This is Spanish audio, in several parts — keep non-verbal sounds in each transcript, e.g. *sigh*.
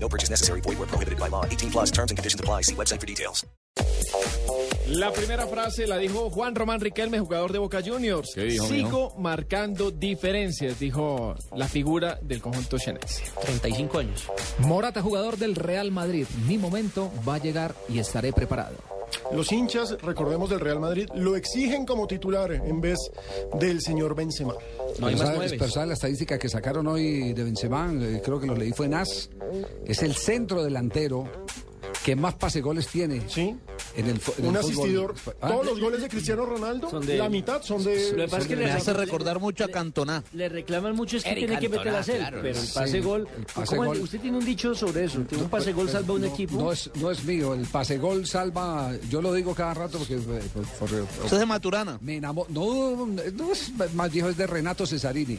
No purchase necessary. Void where prohibited by law. 18 plus terms and conditions apply. See website for details. La primera frase la dijo Juan Román Riquelme, jugador de Boca Juniors. ¿Qué dijo, Sigo marcando diferencias, dijo la figura del conjunto xenense. 35 años. Morata, jugador del Real Madrid. Mi momento va a llegar y estaré preparado. Los hinchas, recordemos del Real Madrid, lo exigen como titular en vez del señor Benzema. No hay Pero más sabe- nueves. pero sabe la estadística que sacaron hoy de Benzema, Eh, creo que los leí fue en AS, es el centro delantero que más pase goles tiene Sí. en el, fu- en el fútbol. Un asistidor. Ah, Todos los goles de Cristiano Ronaldo, pues, Son de él. la mitad son de. Lo que pasa es que Me le hace reclaman- recordar mucho a Cantona. Le reclaman mucho es que Eric tiene que Cantona, meter a él, claro. pero el Sí, pase gol, el pase ¿cómo- gol. usted tiene un dicho sobre eso, que un pase gol Pero salva a un no- equipo. No es, no es mío, el pase gol salva, yo lo digo cada rato porque... eh, por- por- Usted es de Maturana. me enamoro, no, no es más viejo, es de Renato Cesarini.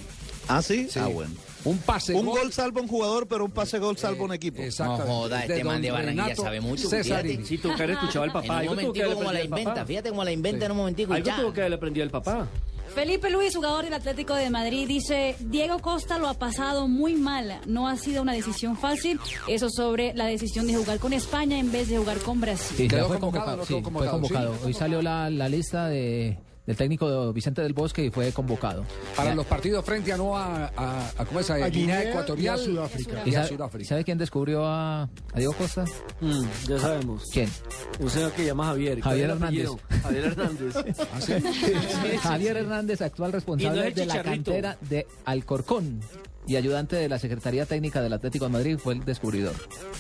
¿Ah, sí? Sí. Ah, bueno. Un pase Un gol salva un jugador, pero un pase gol salva un equipo. Exacto. No joda, este man de Barranquilla sabe mucho, Cesarini. Si tu cara escuchaba al En papá, un algo tuvo que momentico haberle como aprendido la al inventa, papá. fíjate como la inventa en un momentico y Algo ya. tuvo que haberle aprendido al papá. Felipe Luis, jugador del Atlético de Madrid, dice, Diego Costa lo ha pasado muy mal, no ha sido una decisión fácil, eso sobre la decisión de jugar con España en vez de jugar con Brasil. ¿Quedó ya fue convocado. convocado, no sí, fue quedó convocado, convocado. sí. Hoy salió la, la lista de, del técnico Vicente del Bosque y fue convocado. Para los partidos frente a no a, a, a- ¿cómo es? A A Guinea Guinea Ecuatorial y a Sudáfrica. Y a sabe, Sudáfrica. sabe quién descubrió a, a Diego Costa? ya sabemos. ¿Quién? Un señor que llama Javier. ¿cuál Javier es el apellido? Javier Hernández. Ah, Javier Hernández, actual Y no responsable es el de la Chicharrito. cantera de Alcorcón y ayudante de la Secretaría Técnica del Atlético de Madrid, fue el descubridor.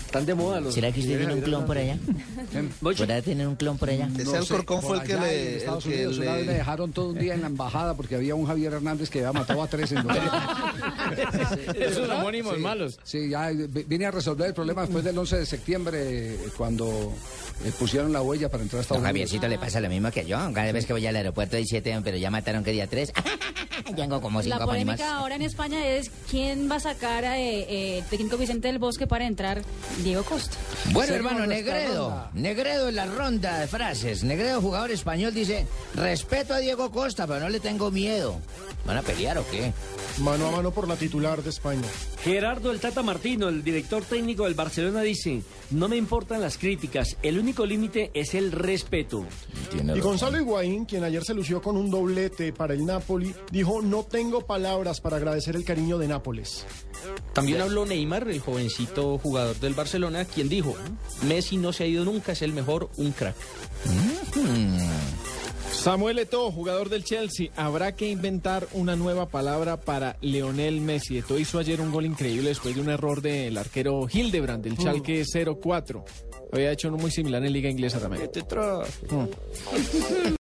Están de moda los. ¿Será que usted tiene un clon por allá? Voy, ¿Podrá tener un clon por allá? No Ese sé, Alcorcón por fue el que allá le. en el Estados que Unidos una le- vez me dejaron todo un día en la embajada porque había un Javier Hernández que había matado a tres en *laughs* Esos homónimos malos. Sí, ya eh, vi- vine a resolver el problema después del 11 de septiembre eh, cuando eh, pusieron la huella para entrar a Estados Don Unidos. Javiercito le pasa lo mismo que yo. Cada vez que voy al aeropuerto hay siete, pero ya mataron que día tres. *laughs* Ya hago como La cinco para polémica más. ahora en España es quién va a sacar a eh, eh, técnico Vicente del Bosque para entrar Diego Costa. Bueno, Seguimos hermano, nuestra Negredo. ronda. Negredo en la ronda de frases. Negredo, jugador español, dice: Respeto a Diego Costa, pero no le tengo miedo. ¿Van a pelear o qué? Mano a mano por la titular de España. Gerardo el Tata Martino, el director técnico del Barcelona, dice: No me importan las críticas, el único límite es el respeto. Y Gonzalo Higuaín, quien ayer se lució con un doblete para el Napoli, dijo: No tengo palabras para agradecer el cariño de Nápoles. También habló Neymar, el jovencito jugador del Barcelona, quien dijo, Messi no se ha ido nunca, es el mejor, un crack. Samuel Eto'o, jugador del Chelsea, habrá que inventar una nueva palabra para Leonel Messi. Eto'o hizo ayer un gol increíble después de un error del arquero Hildebrand, del Chalque 04. Había hecho uno muy similar en Liga Inglesa también.